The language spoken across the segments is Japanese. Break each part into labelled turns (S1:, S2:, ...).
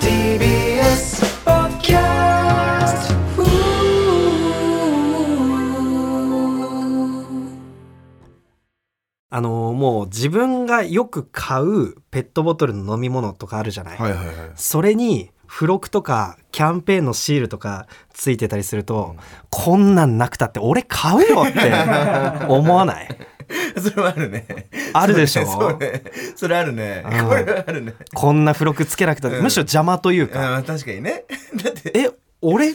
S1: TBS ポッキャスト
S2: あのもう自分がよく買うペットボトルの飲み物とかあるじゃない、
S3: はいはいはい
S2: それに付録とかキャンペーンのシールとかついてたりすると、こんなんなくたって俺買うよ って思わない
S3: それはある ね。
S2: あるでしょ
S3: そうね。それあるね。こ
S2: うん
S3: れはあるね。
S2: こんな付録つけなくたってむしろ邪魔というか、
S3: あー確かにね。だって、
S2: え俺、
S3: ん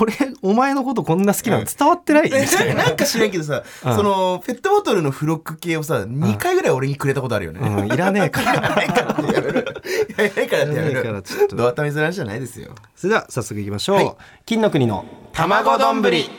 S2: 俺お前のことこんな好きなの伝わってない、
S3: え ななんか知らんけどさ、
S2: うん
S3: その、ペットボトルの付録系をさ、2回ぐらい俺にくれたことあるよね。
S2: うん、いらねえから
S3: ないからってやめろ。 ないからってやめ
S2: いらないから
S3: ろ
S2: ちょっ。と
S3: ドアタミズラじゃないですよ。
S2: それでは早速いきましょう、
S3: はい
S2: 金の国の
S3: 卵丼ぶり。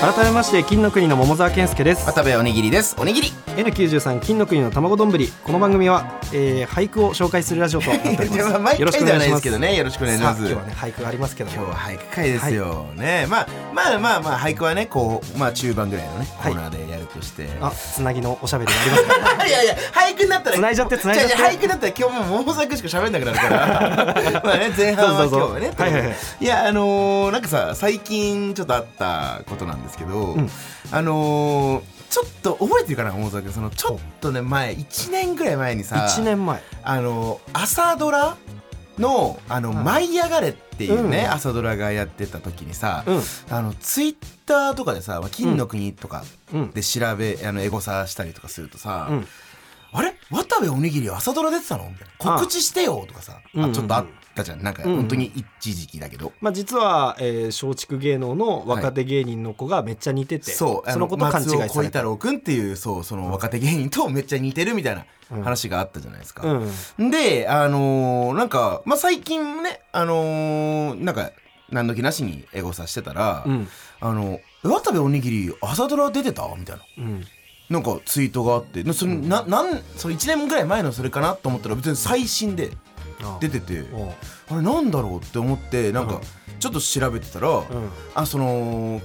S2: 改めまして金の国の桃沢健介です
S3: 渡部おにぎりです。おにぎり。
S2: N93 金の国の卵丼ぶりこの番組は、えー、俳句を紹介するラジオとなっており ま
S3: いやまあ
S2: す
S3: 毎
S2: よろしく
S3: 回で
S2: お願
S3: はいないで
S2: しますす
S3: けどねよろしくお願いし
S2: さあ
S3: ます
S2: 今日はね俳句ありますけど
S3: 今日は俳句会ですよ、ねまあまあまあまあ俳句はねこうまあ中盤ぐらいのねコ
S2: はい
S3: ーナーでやるとして、
S2: あつなぎのおしゃべりがあります か
S3: いやいや俳句になったら
S2: 繋いじゃって繋いじゃって
S3: 違う違う俳句だったら今日もう桃作しか喋んなくなるから まあね前半は
S2: どうぞ
S3: 今
S2: ど
S3: 日
S2: うぞ
S3: はね
S2: はいはいはい
S3: いやあのーなんかさ最近ちょっとあったことなんですけど、
S2: ん
S3: あのーちょっと覚えてるかな桃作そのちょっとね前1年ぐらい前にさ
S2: 1年前
S3: あの朝ドラの「あの
S2: はい
S3: 舞い上がれ」っていうね、
S2: うん
S3: 朝ドラがやってた時にさ、
S2: うん
S3: あのツイッターとかでさ「まあ金の国」とか
S2: うん
S3: で調べ、あのエゴサしたりとかするとさ「
S2: うん
S3: あれ渡部おにぎり朝ドラ出てたの?」みたいな「
S2: あ
S3: 告知してよ」とかさ
S2: うんうんう
S3: あ
S2: ん
S3: ちょっとあったじゃんなんか
S2: うんうん
S3: 本当に一時期だけど。
S2: まあ実は、えー、松竹芸能の若手芸人の子がめっちゃ似てて、
S3: そうあ
S2: のことを勘違い
S3: 松尾
S2: さ
S3: 小井
S2: れ
S3: 太
S2: た
S3: 郎君っていうそうその若手芸人とめっちゃ似てるみたいな
S2: うん
S3: 話があったじゃないですか、
S2: うん
S3: で、あのーなんか、まあ、最近ね、あのーなんか、何の気なしにエゴサしてたら、
S2: うん
S3: あの、渡部おにぎり、朝ドラ出てたみたいな。
S2: うん
S3: なんかツイートがあって、なそれ、な、なん、それ1年ぐらい前のそれかなと思ったら別に最新で
S2: あ
S3: 出てて、
S2: おう
S3: あれなんだろうって思って、なんか、ちょっと調べてたら、
S2: うん
S3: あ、その、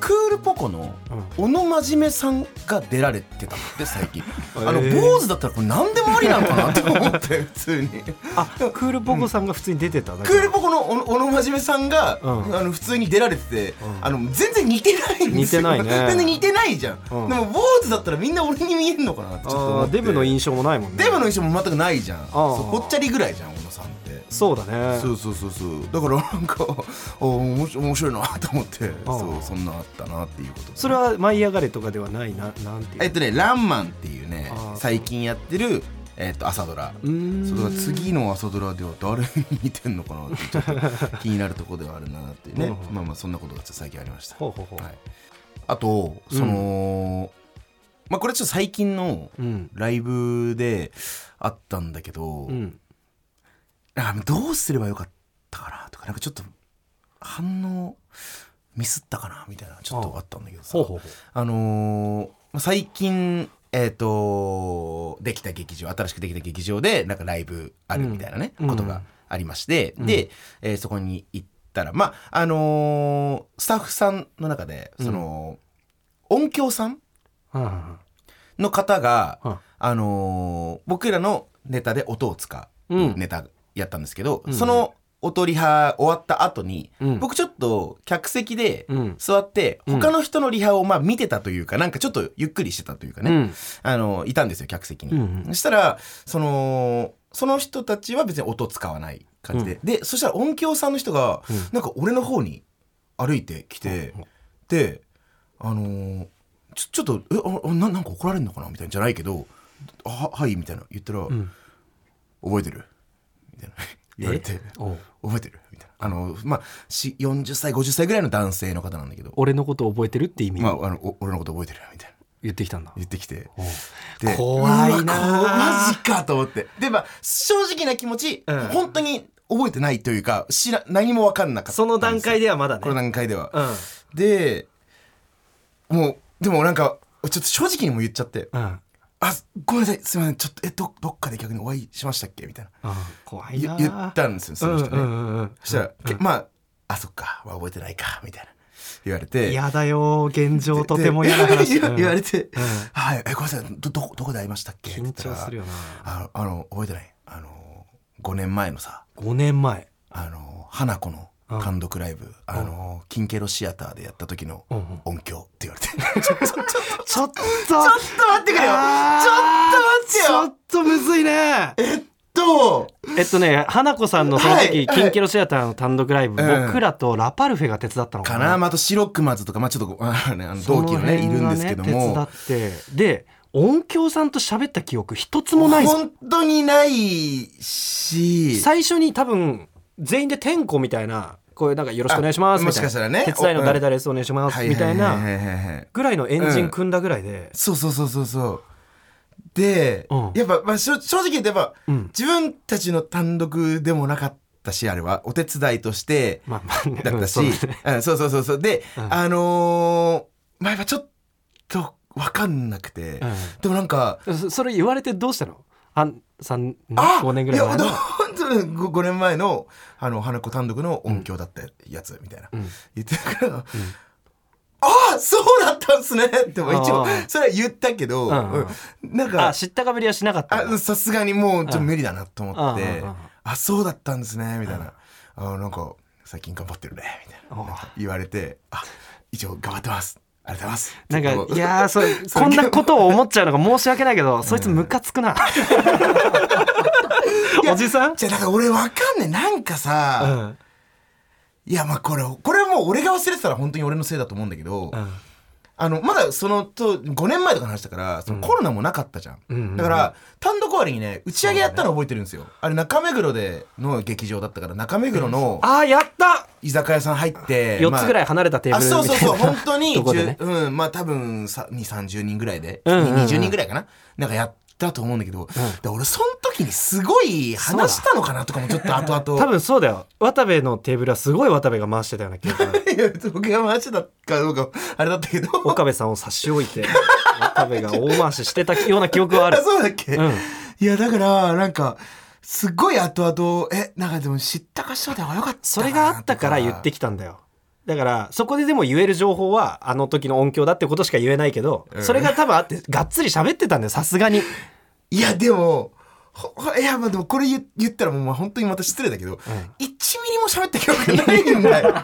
S3: クールポコの、
S2: うん
S3: 小野真面目さんが出られてたって最 近あの
S2: えー
S3: 坊主だったらこれ何でもありなのかなって思って 普通に
S2: あクールポコさんが普通に出てただ
S3: クールポコのお小野真面目さんが、
S2: うん
S3: あの普通に出られてて、
S2: うん
S3: あの全然似てないんですよ
S2: 似てない ね
S3: 全然似てないじゃん、
S2: うん
S3: でも坊主だったらみんな俺に見えんのかなってちょっと思
S2: あ
S3: っ
S2: ー
S3: て
S2: デブの印象もないもんね
S3: デブの印象も全くないじゃんそうぽっちゃりぐらいじゃん小野さんって
S2: そうだね
S3: そうそうそうそうだからなんか あ面白面白いなと思ってそうそんなあったなっていうことで
S2: それは「舞い上がれ」とかではないななんて
S3: え
S2: い
S3: っ
S2: う
S3: とね「らんまん」っていうね
S2: あー
S3: 最近やってる、えっと朝ドラ
S2: うーん
S3: そうだから次の朝ドラでは誰に似てんのかなってちょっと気になるところではあるなっていう
S2: うん
S3: ね
S2: うん
S3: まあまあそんなことがちょっと最近ありました、
S2: ほうほうほう
S3: はい、あとその、まあこれちょっと最近の
S2: うん
S3: ライブであったんだけど、
S2: うん
S3: あどうすればよかったかなとかなんかちょっと反応ミスったかなみたいなちょっとあったんだけどさ
S2: ほうほうほう
S3: あのーまあ最近、えっ、とできた劇場、新しくできた劇場で、なんかライブあるみたいなね、
S2: うん
S3: ことがありまして、で、えーそこに行ったら、まあ、あのースタッフさんの中で、その、音響さん
S2: うんうん
S3: の方が、
S2: うん
S3: あのー僕らのネタで音を使
S2: うん
S3: うネタやったんですけど、
S2: うん
S3: その音リハ終わった後に、
S2: うん
S3: 僕ちょっと客席で
S2: うん
S3: 座って、
S2: うん
S3: 他の人のリハをまあ見てたというか、なんかちょっとゆっくりしてたというかね、
S2: うん
S3: あのいたんですよ客席に。
S2: うんうん
S3: そしたらそのその人たちは別に音使わない感じで、でそしたら音響さんの人が、
S2: うん
S3: なんか俺の方に歩いてきて、であのーちょちょっとえああななんか怒られるのかなみたいなんじゃないけど「あははい」みたいな言ったら、
S2: ん
S3: 覚えてる?」みたいな言われて
S2: えおう
S3: 「覚えてる?」みたいなあのまあし40歳50歳ぐらいの男性の方なんだけど
S2: 俺のこと覚えてるって意
S3: 「
S2: 味
S3: まあ、あのお俺のこと覚えてる?」みたいな
S2: 言ってきたんだ
S3: 言ってきて。
S2: おう
S3: で
S2: 怖いな
S3: うわこマジかと思ってでまあ正直な気持ち、
S2: うん
S3: 本当に覚えてないというか知ら何も分かんなかった
S2: その段階
S3: で
S2: ではまだね
S3: この段階では、
S2: うん
S3: でもうでもなんかちょっと正直にも言っちゃって「
S2: うん
S3: あごめんなさいすいませんちょっとえどどっかで逆にお会いしましたっけ?」みたいな
S2: うん怖い
S3: ゆ
S2: な
S3: 言ったんですよその人ね、
S2: うんうんうんうん
S3: そしたら、けまあ
S4: あそっか、まあ、覚えてないかみたいな言われて
S2: 嫌だよ現状とても嫌な話
S4: でで言われて、
S2: ん
S4: はい、えごめんなさいどどこどこで会いましたっけって言
S2: 緊
S4: ったら
S2: 張するよな
S4: あのあの覚えてないあの5年前のさ
S2: 5年前
S4: あの花子の単独ライブ、あのキンケロシアターでやった時の
S2: うんうん
S4: 音響って言われて ちょちょちょちょちょ
S2: ちょ
S4: っ
S2: っとちょっと
S4: と待ってくれよちょっ
S2: ち
S4: と
S2: ょ
S4: 待
S2: っとむずいね
S4: ってよ
S2: えっとね花子さんのその
S4: はいはい
S2: 時キンキロシアターの単独ライブ
S4: うん
S2: 僕らとラパルフェが手伝ったの
S4: と
S2: か
S4: か
S2: な
S4: なまああとシロックマズとかまあちょっとあのねあの
S2: そ
S4: 同
S2: の
S4: 期のねい
S2: 辺
S4: るん
S2: が
S4: ですけど
S2: 手伝
S4: も
S2: ってで音響さんと喋った記憶一つもないぞ
S4: 本当にないし
S2: 最初に多分全員で点呼みたいなこういうなんかよろしくお願いします
S4: あ
S2: みたいな
S4: もしかしたらね
S2: 手伝いの誰々ですお願いしますみたい
S4: は
S2: な
S4: ははいはいはい
S2: ぐらいのエンジン組んだぐらいで
S4: そうそうそうそうそうで、
S2: うん
S4: やっぱ、まあ、しょ正直言ってやっぱ、
S2: うん
S4: 自分たちの単独でもなかったしあれはお手伝いとして
S2: まあまあね
S4: だっ
S2: うん
S4: たし、
S2: そううんね
S4: そうそうそうそうで、
S2: うん
S4: あのー、まあやっぱちょっと分かんなくて、
S2: うん
S4: でもなんか
S2: そそれ言われてどうしたのあん3
S4: あ
S2: 5年ぐらい前
S4: い
S2: の
S4: や本当 に 5, 年前のあの花子単独の音響だったやつみたいな、
S2: うん
S4: 言ってたから、ああそうだったんすねっても一応
S2: あー
S4: それは言ったけど、
S2: うんうん
S4: うんなんか
S2: あ知ったかぶりはしなかったんだ
S4: あさすがにもうちょっと
S2: うん
S4: 無理だなと思って、
S2: うんうんうん
S4: あそうだったんですねみたいな、あなんか最近頑張ってるねみたい
S2: お
S4: な
S2: う
S4: なんか言われてあ一応頑張ってますありがとうございます
S2: なん
S4: ちょっ
S2: か、
S4: と
S2: いやー そう、こんなことを思っちゃうのが申し訳ないけど、そいつムカつく な。おじさん
S4: じゃあだから俺わかんねえなんか
S2: う
S4: さ、
S2: ん。
S4: いやまあこれこれはもう俺が忘れてたら本当に俺のせいだと思うんだけど、
S2: うん
S4: あのまだそのと5年前とかの話だからそのコロナもなかったじゃん、
S2: うんうんうん
S4: だから単独終わりにね打ち上げやったの覚えてるんですよ、あれ中目黒での劇場だったから中目黒の
S2: ああ、やった
S4: 居酒屋さん入って、
S2: !4 つぐらい
S4: い
S2: 離れたテー
S4: あ
S2: ブルみたいな。
S4: そうそうそう本当に
S2: とこでね
S4: じゅうんまあ多分さ2 3 0人ぐらいで、
S2: うんうんうん
S4: 20人ぐらいかななんかやったと思うんだけど、で俺その時にすごい話したのかなとかもちょっと後々
S2: 多分そうだよ。渡部のテーブルはすごい渡部が回してたような記憶が ある
S4: いや僕がマジだかどうかあれだったけど
S2: 岡部さんを差し置いて、渡部が大回ししてたような記憶はある
S4: あ。 そうだっけ、
S2: うん
S4: いやだからなんかすっごい後々えなんかでも知ったかしらではよかったなと
S2: それがあったから言ってきたんだよ。だから、そこででも言える情報は、あの時の音響だってことしか言えないけど、それが多分あって、がっつり喋ってたんだよ、さすがに。
S4: いやでもほほいやまあでもこれ言言ったらもうまあ本当にまた失礼だけど、1ミリも喋った記憶ないんだ よ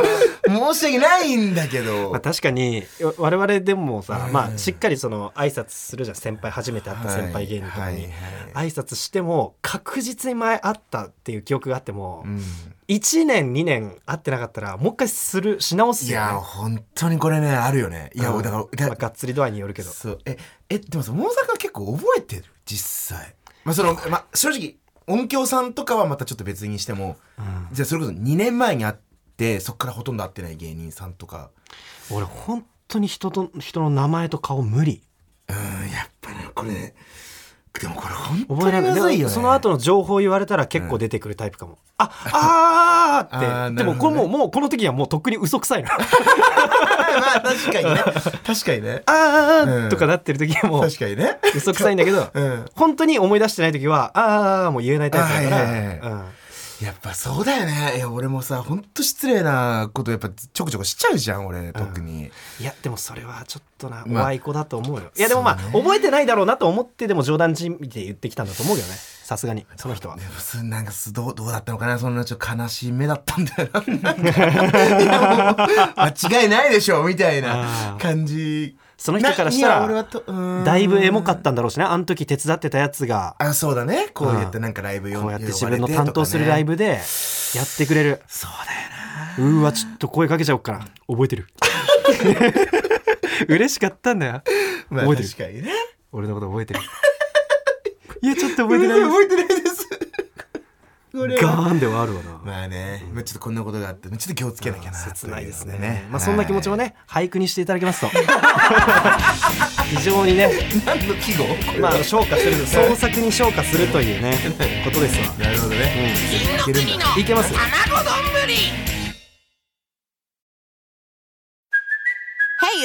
S4: 申し訳ないんだけど、
S2: まあ、確かによ我々でもさ、まあ、しっかりその挨拶するじゃん先輩初めて会った先輩芸人とかに、
S4: はい
S2: 挨拶しても確実に前会ったっていう記憶があっても、
S4: うん
S2: 1年2年会ってなかったらもう一回するし直
S4: い
S2: すよ、ね、
S4: や本当にこれねあるよねいや、
S2: うん
S4: だから
S2: まあ、がっつり度合いによるけど
S4: そうええでもさ桃坂は結構覚えてる実際、まあそのまあ、正直音響さんとかはまたちょっと別にしても、じゃあそれこそ2年前に会ってそっからほとんど会ってない芸人さんとか
S2: 俺本当に人と人の名前と顔無理
S4: うんやっぱりこれねでもこれ本当
S2: 覚えら
S4: に
S2: れ
S4: む
S2: な
S4: ず
S2: い
S4: い
S2: で
S4: よ
S2: も
S4: ね
S2: その後の情報言われたら結構出てくるタイプかも、ああーって
S4: あー
S2: で
S4: なる
S2: も
S4: ほ
S2: これ
S4: どね
S2: もうもうこの時にはもうとっくに嘘くさいの あ
S4: まあ 確かにね 確かにね
S2: あ ー、
S4: うん
S2: とかなってる時はもう
S4: 確かにね
S2: 嘘くさいんだけど、
S4: うん
S2: 本当に思い出してない時はああもう言えないタイプだか
S4: あーはいはい
S2: らうん
S4: やっぱそうだよねいや俺もさ本当失礼なことやっぱちょこちょこしちゃうじゃん俺特に、
S2: いやでもそれはちょっとな
S4: まあ
S2: おあいこだと思うよいやでもまあ
S4: そう
S2: 覚えてないだろうなと思ってでも冗談じみて言ってきたんだと思うけどねさすがにその人は
S4: でもすなんかすどうどうだったのかなそんなちょっと悲しい目だったんだよないやもう間違いないでしょみたい
S2: あ
S4: な
S2: ー
S4: 感じ
S2: その人からした
S4: ないや俺は
S2: ら
S4: とうーん
S2: だいぶエモかったんだろうしねあの時手伝ってたやつが
S4: あそうだねこうやっ
S2: う
S4: て
S2: ん
S4: なんかライブよ
S2: こうやって自
S4: 呼ばれ
S2: 分の担当するライ
S4: ブ
S2: ブでやってくれる
S4: そうだ
S2: うーわちょっと声かけちゃおっかな覚 えてる嬉しかったんだよ
S4: よね、ま
S2: 覚
S4: あ、
S2: えてる
S4: 確かにね
S2: 俺のこと覚えてるいやちょっと覚え
S4: 覚
S2: て
S4: え
S2: ないです
S4: てないですこれ
S2: ガ
S4: は
S2: ーンではあるわな、
S4: まあね、まあ、ちょっとこんなことがあってちょっと気をつけなきゃな
S2: 切ないですね
S4: とうの
S2: まあ、そんな気持ちも
S4: はい
S2: ね俳句にしていただけ ますと非常にね、
S4: 何の季語これ
S2: ま
S4: は
S2: あ、 昇華する創作に昇華すると いうねことですわ
S4: なるほどね、いけるんだ
S2: いけ ます
S5: 卵丼ぶり
S6: Hey,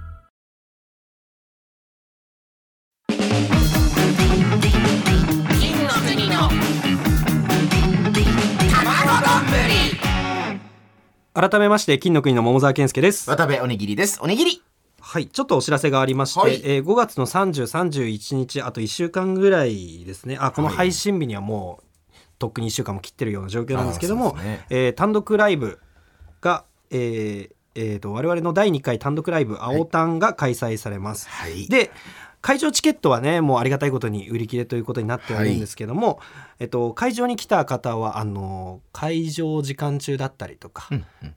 S2: 改めまして金の国の桃沢健介です
S4: 渡部おにぎりですおにぎり
S2: はいちょっとお知らせがありまして、
S4: はい
S2: えー5月の3031日あと1週間ぐらいですねあこの配信日にはもう、とっくに1週間も切ってるような状況なんですけど
S4: あー
S2: も、
S4: そうですね
S2: えー単独ライブが、えーえーと我々の第2回単独ライブ「青タン」が開催されます。
S4: はい
S2: で会場チケットはねもうありがたいことに売り切れということになってはいるんですけども、えっと、会場に来た方はあの会場時間中だったりとか、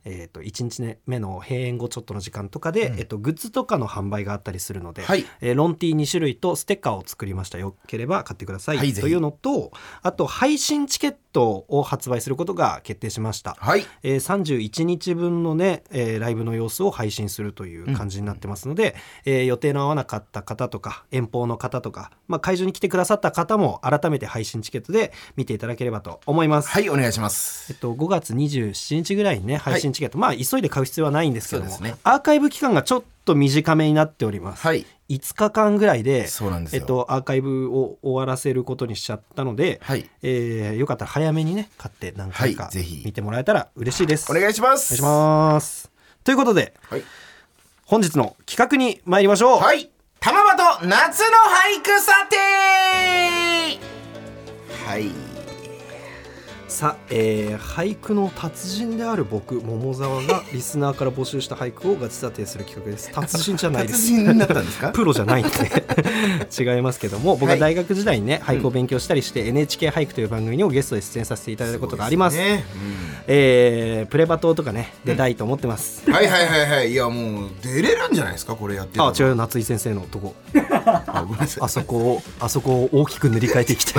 S2: えっと、1日目の閉園後ちょっとの時間とかで、えっと、グッズとかの販売があったりするので、
S4: はい
S2: えーロンティー2種類とステッカーを作りましたよければ買ってください、
S4: はいぜひ
S2: というのとあと配信チケットを発売することが決定しました。
S4: はい
S2: えー31日分のね、えーライブの様子を配信するという感じになってますので、えー予定の合わなかった方とか遠方の方とか、まあ、会場に来てくださった方も改めて配信チケットで見ていただければと思います。
S4: はいお願いします
S2: えっと、5月27日ぐらいにね配信チケット、まあ急いで買う必要はないんですけども、
S4: そうですね
S2: アーカイブ期間がちょっと短めになっております、
S4: はい
S2: 5日間ぐらいで
S4: そうなんです
S2: え
S4: よ
S2: っと、アーカイブを終わらせることにしちゃったので、
S4: はい
S2: えーよかったら早めにね買って何回か
S4: はいぜひ
S2: 見てもらえたら嬉しいです、
S4: お願いします
S2: お願いしますということで
S4: はい
S2: 本日の企画に参りましょう、
S4: はい玉鳩夏の俳句査定はい
S2: さあ、えー俳句の達人である僕桃沢が リスナーから募集した俳句をガチ査定する企画です達人じゃないです
S4: 達人になった んですか
S2: プロじゃないん で違いますけども僕は大学時代にね、俳句を勉強したりして NHK 俳句という番組にもゲストで出演させていただいたことがあります
S4: そうですね
S2: えープレバトとかね出たいと思ってます、
S4: はいはいはいはいいやもう出れるんじゃないですかこれやって
S2: あ違う
S4: う
S2: よ夏井先生のとこ
S4: あごめんなさい
S2: あそこをあそこを大きく塗り替えていき て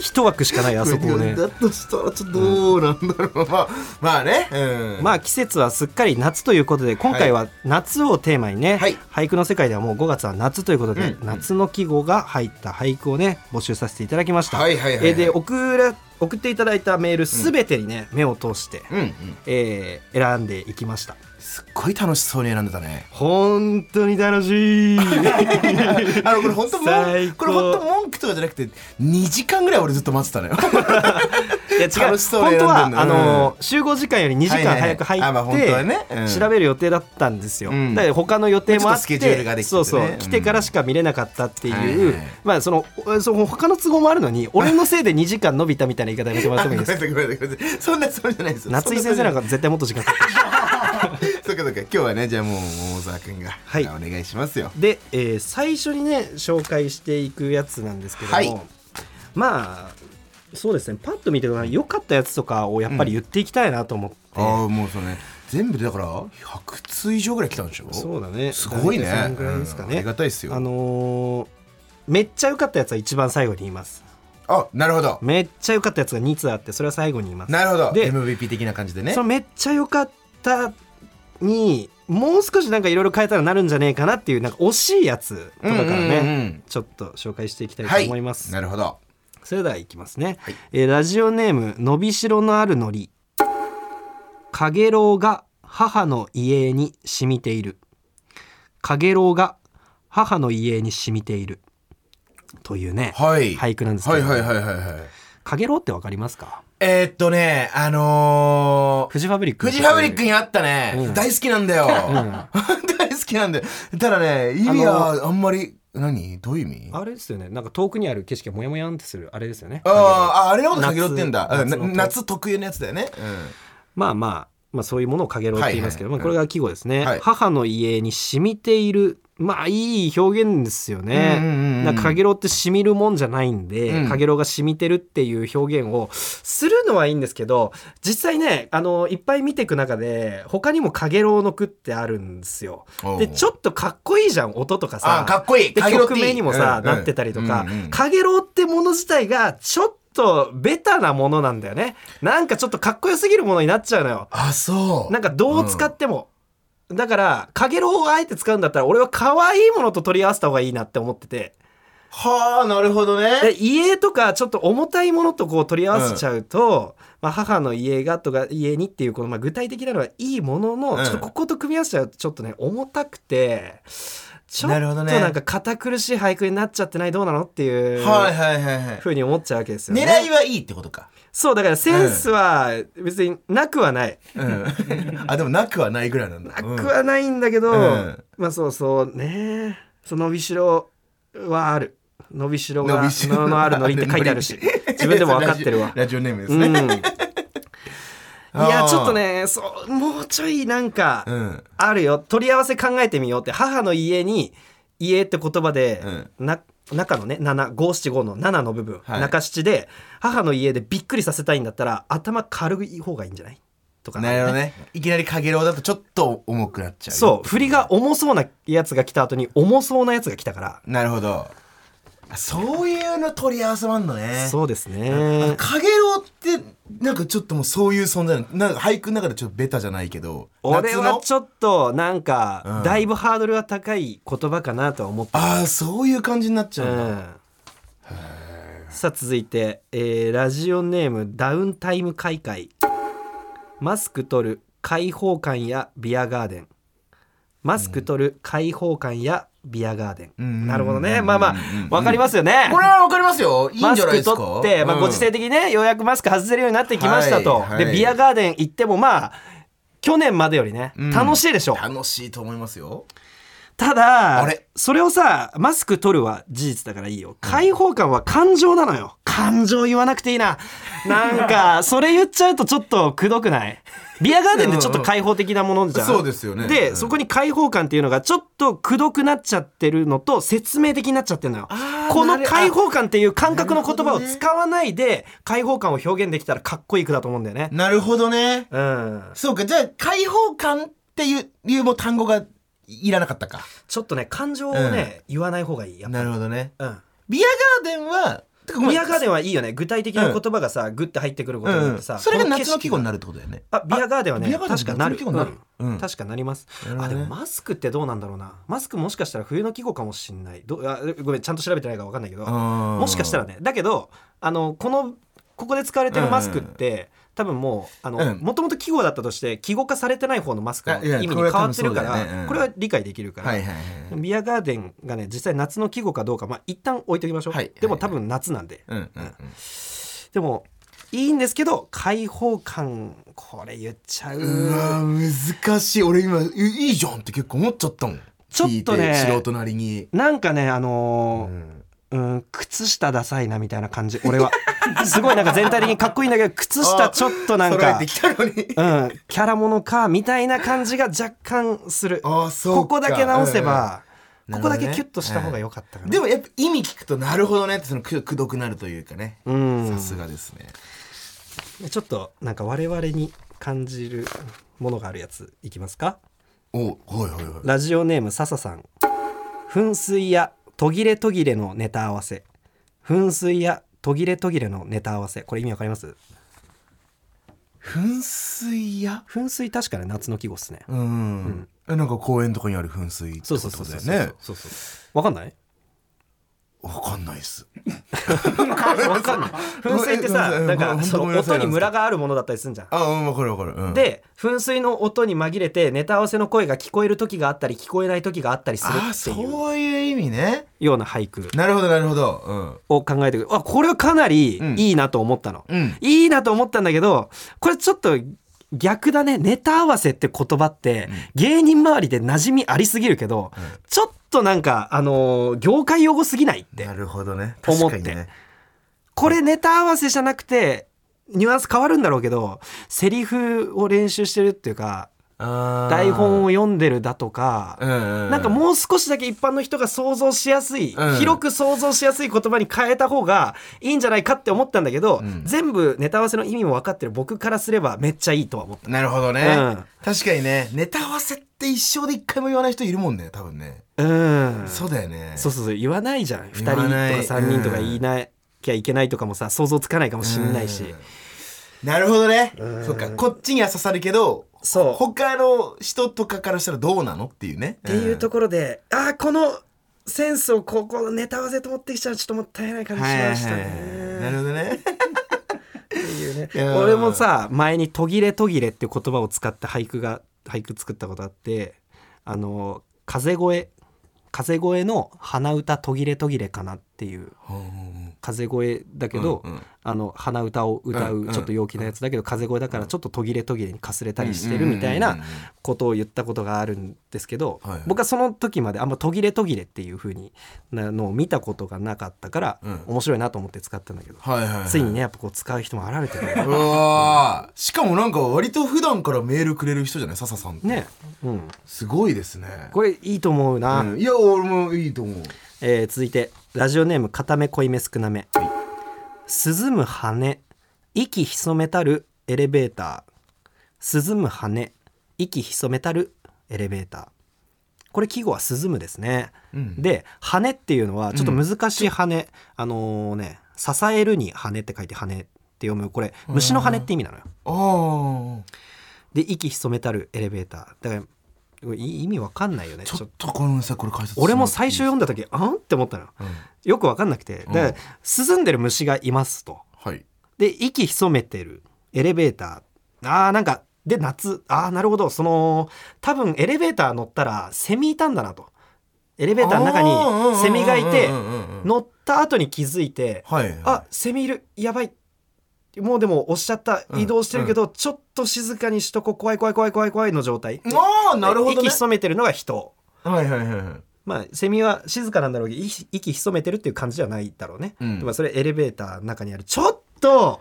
S2: 一枠しかないあそこをね
S4: だとしたらちょっとどうなんだろう、まあまあね、うん、
S2: まあ季節はすっかり夏ということで今回は夏をテーマにね、
S4: はい
S2: 俳句の世界ではもう5月は夏ということで、
S4: うん
S2: 夏の季語が入った俳句をね募集させていただきました、
S4: はいはいはいはい
S2: えーで送ら送っていただいたメールすべてにね、目を通して、
S4: うんうん
S2: えー選んでいきました
S4: すっごい楽しそうに選んでたね
S2: 本当に楽しい
S4: あのこれ本当
S2: 最
S4: 文
S2: 高
S4: これ本当文句とかじゃなくて2時間ぐらい俺ずっと待ってたのよ
S2: いや違う
S4: 楽しそう
S2: 本
S4: に選んで
S2: 当
S4: んだ
S2: は、
S4: うん
S2: あのー集合時間より2時間
S4: はいはい
S2: 早
S4: はい
S2: く入
S4: あまあ本当はね
S2: っ
S4: うん
S2: て調べる予定だったんですよ、
S4: うん
S2: だから他の予定もあっ
S4: ちょっとスケジュールが
S2: て
S4: できてて
S2: そう
S4: ね
S2: そう
S4: うん
S2: 来てからしか見れなかったって
S4: はい
S2: い
S4: は
S2: う
S4: いはい
S2: まあそのおその他の都合もあるのに俺のせいで2時間伸びたみたいな言い方やめてもらっ
S4: あ
S2: て
S4: ご
S2: もい
S4: めん
S2: い
S4: な
S2: ですか
S4: さいごめんなさいごめんなさいそんなそれじゃないですよ
S2: 夏井先生なん
S4: か
S2: か絶対もっと時間かかる
S4: そっかそっか今日はねじゃあもう桃沢君が
S2: はい
S4: お願いしますよ
S2: で、えー最初にね紹介していくやつなんですけども、
S4: はい
S2: まあそうですねパッと見て良かったやつとかをやっぱり言っていきたいなと思って、
S4: ああもうそれね全部でだから100通以上ぐらい来たんでしょ
S2: そう
S4: う
S2: だね。
S4: すごいね
S2: 大体そんぐらいですかね。
S4: うんありがたいっすよ
S2: あのーめっちゃ良かったやつは一番最後に言います。
S4: あなるほど
S2: めっちゃ良かったやつが2つあって、それは最後に言います。
S4: なるほど
S2: で
S4: MVP 的な感じでね
S2: そのめっちゃ良かったに、もう少しなんかいろいろ変えたらなるんじゃねえかなっていう、なんか惜しいやつとかからね、
S4: うんうんうん
S2: ちょっと紹介していきたい
S4: は
S2: と
S4: い
S2: 思います。
S4: なるほど
S2: それではいきますね、えーラジオネームのびしろのあるのりかげろうが母の遺影に染みているかげろうが母の遺影に染みているというね、
S4: はい
S2: 俳句なんですけ
S4: は
S2: ど、
S4: いはいはいはいはい
S2: かげろうってわかりますか
S4: えーっとねあのー
S2: フジファブリック
S4: フ
S2: の
S4: ジファブリックにあったね、
S2: うん
S4: 大好きなんだよ、 大好きなんだよただね意味はあんまり何どういう意味あ
S2: あれですよねなんか遠くにある景色がモヤモヤんってするあれですよね
S4: あーああれのことかけろってんだ
S2: 夏
S4: 夏
S2: の
S4: 夏特有のやつだよね、
S2: まあまあまあ、そういうものをかげろうって言いますけど、
S4: はいはい
S2: まあ、これが季語ですね、
S4: はい
S2: 母の家に染みているまあいい表現ですよね、
S4: うんうんうんうん
S2: なんかかげろうって染みるもんじゃないんで、
S4: うん
S2: かげろうが染みてるっていう表現をするのはいいんですけど実際ねあのいっぱい見ていく中で他にもかげろうの句ってあるんですよ
S4: おう
S2: でちょっとかっこいいじゃん音とかさ
S4: あかっこいい
S2: で
S4: かげろうって
S2: 曲
S4: いい
S2: 名にもさ、
S4: うんうん
S2: なってたりとか
S4: うんうん
S2: かげろうってもの自体がちょっとベタなものなんだよねなんかちょっとかっこよすぎるものになっちゃうのよ
S4: あそう
S2: なんかどう使っても、だからかげろうをあえて使うんだったら俺は可愛いものと取り合わせた方がいいなって思ってて
S4: はあなるほど
S2: で
S4: ね
S2: 家とかちょっと重たいものとこう取り合わせちゃうと、まあ、母の家がとか家にっていうこのまあ具体的なのはいいものの、
S4: うん
S2: ちょっとここと組み合わせちゃうとちょっとね重たくてちょっ
S4: なるほ
S2: と
S4: どね
S2: なんか堅苦しい俳句になっちゃってないどうなのっていう
S4: はいはいはいはい
S2: ふうに思っちゃうわけですよ
S4: 狙
S2: ね。
S4: いはいいってことか
S2: そうだからセンスは別になくはない、
S4: うんあでもなくはないぐらいなん
S2: な
S4: だ
S2: くはないんだけど、
S4: うん
S2: まあそうそうねその伸びしろはある伸びしろ
S4: 伸
S2: が
S4: びしろ
S2: ののあるのりって書いてあ るし自分でも分かってるわ
S4: ラジオラジオネームです
S2: う
S4: ね、
S2: ん、い
S4: あ
S2: や
S4: ー
S2: ちょっとねそうもうちょいなんか、
S4: うん
S2: あるよ取り合わせ考えてみようって母の家に「家」って言葉で、な中のね7 5 7 5の7の部分、
S4: はい
S2: 中七で母の家でびっくりさせたいんだったら頭軽い方がいいんじゃないとか
S4: なるほどねいきなりかげろうだとちょっと重くなっちゃう
S2: そう振りが重そうなやつが来た後に重そうなやつが来たから、
S4: なるほどあそういうの取り合わせもあんのね
S2: そうですね、
S4: かげろうってなんかちょっともうそういう存在なのなんか俳句の中でちょっとベタじゃないけど
S2: 俺
S4: 夏
S2: は
S4: の
S2: ちょっとなんか、
S4: うん
S2: だいぶハードルが高い言葉かなとは思って
S4: ああそういう感じになっちゃ
S2: う
S4: うんだ、
S2: んさあ続いて、えーラジオネームダウンタイム開会マスク取る開放感やビアガーデンマスク取る開放感やビアガーデン、
S4: ん
S2: なるほどねまあまあわかりますよね
S4: これはわかりますよいいん
S2: マ
S4: じゃ
S2: ス
S4: ないで
S2: ク
S4: すか
S2: 取って、まあ、
S4: うん
S2: ご時世的にねようやくマスク外せるようになってきましたと、
S4: はい
S2: で
S4: はい
S2: ビアガーデン行ってもまあ去年までよりね、
S4: ん
S2: 楽しいでしょ
S4: 楽しいと思いますよ
S2: ただ
S4: あれ
S2: それをさマスク取るは事実だからいいよ開放感は感情なのよ感情言わなくていいななん かそれ言っちゃうとちょっとくどくないビアガーデンってちょっと開放的なものじゃん
S4: そうですよね
S2: で、
S4: うん
S2: そこに開放感っていうのがちょっとくどくなっちゃってるのと説明的になっちゃってるのよ
S4: あー
S2: この
S4: なる
S2: 開放感っていう感覚の言葉
S4: なる
S2: を
S4: ほどね
S2: 使わないで開放感を表現できたらかっこいい句だと思うんだよね
S4: なるほどね
S2: うん
S4: そうかじゃあ開放感っていういうもう単語がいらなかったか
S2: ちょっとね感情をね、言わない方がいいやっぱ
S4: なるほどね
S2: うん
S4: ビアガーデンはてかごめん
S2: ビアガーデンはいいよね具体的な言葉がさ、グッて入ってくることによってさ、
S4: うん、それが
S2: こ景
S4: 夏
S2: 色
S4: の季語になるってことだよね
S2: あビアガーデンはね
S4: ビアガーデン
S2: 確かなる
S4: 夏の季語になる
S2: うん
S4: うん
S2: 確かなります、
S4: る
S2: あ
S4: ほ
S2: で
S4: どね
S2: もマスクってどうなんだろうなマスクもしかしたら冬の季語かもしんないどうあごめんちゃんと調べてないから分かんないけど
S4: も
S2: もしかしたらねだけどあのこのここで使われてるマスクって、多分もうあの、
S4: うん
S2: もともと季語だったとして記号化されてない方のマスクの
S4: あいや
S2: 意味に
S4: こ
S2: 変
S4: れは
S2: わ
S4: 多
S2: っ
S4: 分
S2: てるから
S4: そ
S2: こ
S4: うだ
S2: れ,、
S4: よねうん
S2: は理解できるから、
S4: はいはいはい
S2: ビアガーデンがね実際夏の季語かどうか、まあ、一旦置いておきましょう、
S4: はい
S2: でも
S4: はい
S2: 多分夏なんで、
S4: うんうんうん
S2: でもいいんですけど開放感これ言っちゃう
S4: うわ難しい俺今いいいじゃんって結構思っちゃったもん
S2: ちょっとね
S4: 聞いて素人なりに
S2: なんかねあのーうん、靴下ダサいなみたいな感じ俺は すごいなんか全体的にかっこいいんだけど靴下ちょっとなん
S4: 揃え
S2: か
S4: てきたのに
S2: うん、キャラものかみたいな感じが若干する
S4: あーそうか
S2: ここだけ直せば、
S4: うんうん
S2: ここだけ
S4: なるほどね
S2: キュッとした方が良かったかな、
S4: でもやっぱ意味聞くとなるほどねってそのくくどくなるというかね
S2: ん
S4: さすがですね
S2: ちょっとなんか我々に感じるものがあるやついきますか
S4: おはいはいはい
S2: ラジオネーム笹さん噴水や途切れ途切れのネタ合わせ噴水や途切れ途切れのネタ合わせこれ意味わかります
S4: 噴水や
S2: 噴水確かね夏の季語っすね
S4: うんえなんか公園とかにある噴水って
S2: そう
S4: こ
S2: そうそ
S4: と
S2: う
S4: だ
S2: そう
S4: よ
S2: そう
S4: ね
S2: そうそうわかんない
S4: わかんないっす
S2: わかんない噴水ってさ
S4: ごめん
S2: なんか
S4: なさいごめん
S2: その
S4: ごめんなさ
S2: 音に
S4: い
S2: ムラがあるものだったりするじゃん
S4: あうんわかるわかるうん
S2: で噴水の音に紛れてネタ合わせの声が聞こえる時があったり聞こえない時があったりする
S4: あ
S2: っていう
S4: そういう意味ね
S2: ような俳句
S4: なるほどなるほど
S2: を考えてくるあこれはかなり
S4: ん
S2: いいなと思ったの、
S4: うん
S2: いいなと思ったんだけどこれちょっと逆だねネタ合わせって言葉って芸人周りで馴染みありすぎるけど、ちょっとなんかあのー業界用語すぎないっ
S4: うん
S2: て
S4: なるほどね
S2: 思
S4: 確
S2: って
S4: かにね
S2: これネタ合わせじゃなくてニュアンス変わるんだろうけどセリフを練習してるっていうか台本を読んでるだとか、
S4: うんうんうん
S2: なんかもう少しだけ一般の人が想像しやすい、
S4: うん
S2: 広く想像しやすい言葉に変えた方がいいんじゃないかって思ったんだけど、全部ネタ合わせの意味も分かってる僕からすればめっちゃいいとは思った。
S4: なるほどね、
S2: うん
S4: 確かにねネタ合わせって一生で一回も言わない人いるもんね多分ね、
S2: うん
S4: そうだよね
S2: そうそうそう言わないじゃん2人
S4: 言わない
S2: とか3人とか言いなきゃいけないとかもさ想像つかないかもしんないし、
S4: なるほどねそっかこっちには刺さるけど
S2: そう
S4: 他の人とかからしたらどうなのっていうね
S2: っていうところで、ああこのセンスをここネタ合わせと持ってきちゃうちょっともったいない感じし
S4: はいはい
S2: ま
S4: は
S2: したね。
S4: いなるほどね
S2: っていう
S4: い
S2: ね
S4: やー
S2: 俺もさ前に「途切れ途切れ」っていう言葉を使って俳句が俳句作ったことあってあの風声風声の「鼻歌途切れ途切れ」かなっていう風声だけど、
S4: うんうん
S2: あの鼻歌を歌
S4: うんう
S2: うんちょっと陽気なやつだけど、風声だからちょっと途切れ途切れにかすれたりしてるみたいなことを言ったことがあるんですけど、
S4: はい
S2: 僕はその時まであんま途切れ途切れっていう風になのを見たことがなかったから、
S4: うん
S2: 面白いなと思って使ったんだけど、
S4: はいはい、はい、
S2: ついにねやっぱこう使う人も現れてる
S4: うわーしかもなんか割と普段からメールくれる人じゃない笹さんって
S2: ね、うん、
S4: すごいですね
S2: これいいと思うな、
S4: うんいや俺もいいと思う
S2: えー続いてラジオネーム固め濃いめ少なめ、涼む羽息潜めたるエレベーター涼む羽息潜めたるエレベーターこれ季語は涼むですね、で羽っていうのはちょっと難しい羽、あのね支えるに羽って書いて羽って読むこれ虫の羽って意味なのよ
S4: ああ
S2: で息潜めたるエレベーターだからこれ意味わかんないよね
S4: ちょっとごめんなさいこれ解説して
S2: 俺も
S4: ってい
S2: 最
S4: い
S2: 初読んだ時あんって思ったの、よく分かんなくてで、涼んでる虫がいますと
S4: はい
S2: で息潜めてるエレベーターあーなんかで夏あーなるほどその多分エレベーター乗ったらセミいたんだなとエレベーターの中
S4: あーうんうんうんうん
S2: にセミがいて
S4: うんうんうんうん
S2: 乗った後に気づいて、
S4: はいはい
S2: あセミいるやばいもうでも押しちゃった移動してるけど、ちょっと静かにしとこう怖い怖い怖い怖い怖いの状態
S4: ああなるほどね
S2: 息潜めてるのが人
S4: はいはいはいはい
S2: まあ、セミは静かなんだろうけど息息潜めてるっていう感じじゃないだろうね、
S4: うん
S2: でもそれエレベーターの中にあるちょっと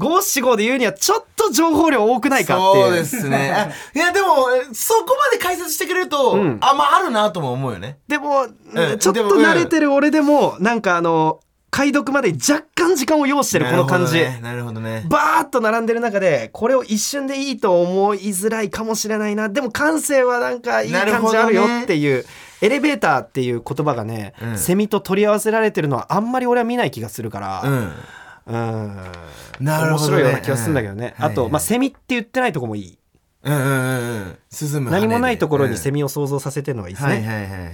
S2: 五七五で言うにはちょっと情報量多くないかっていう
S4: そうで すねあいやでもえそこまで解説してくれると、
S2: うん
S4: あまああるなとも思うよね
S2: でも、
S4: うん
S2: ちょっと慣れてる俺でもなんかあの解読までに若干時間を要してるこの感じ、
S4: なるほどねなるほどね
S2: バーッと並んでる中でこれを一瞬でいいと思いづらいかもしれないなでも感性はなんかいい感じあるよっていう、エレベーターっていう言葉がね、
S4: ん
S2: セミと取り合わせられてるのはあんまり俺は見ない気がするから、うん
S4: なる
S2: 面
S4: ほどね
S2: 白いような気がするんだけどね、
S4: うんはい
S2: あと、まあ、セミって言ってないとこもいい
S4: うんうんうんうんうん涼む羽で
S2: 何もないところにセ
S4: ミ
S2: ミを想像させてるのがいいですね、
S4: はいはいはいはい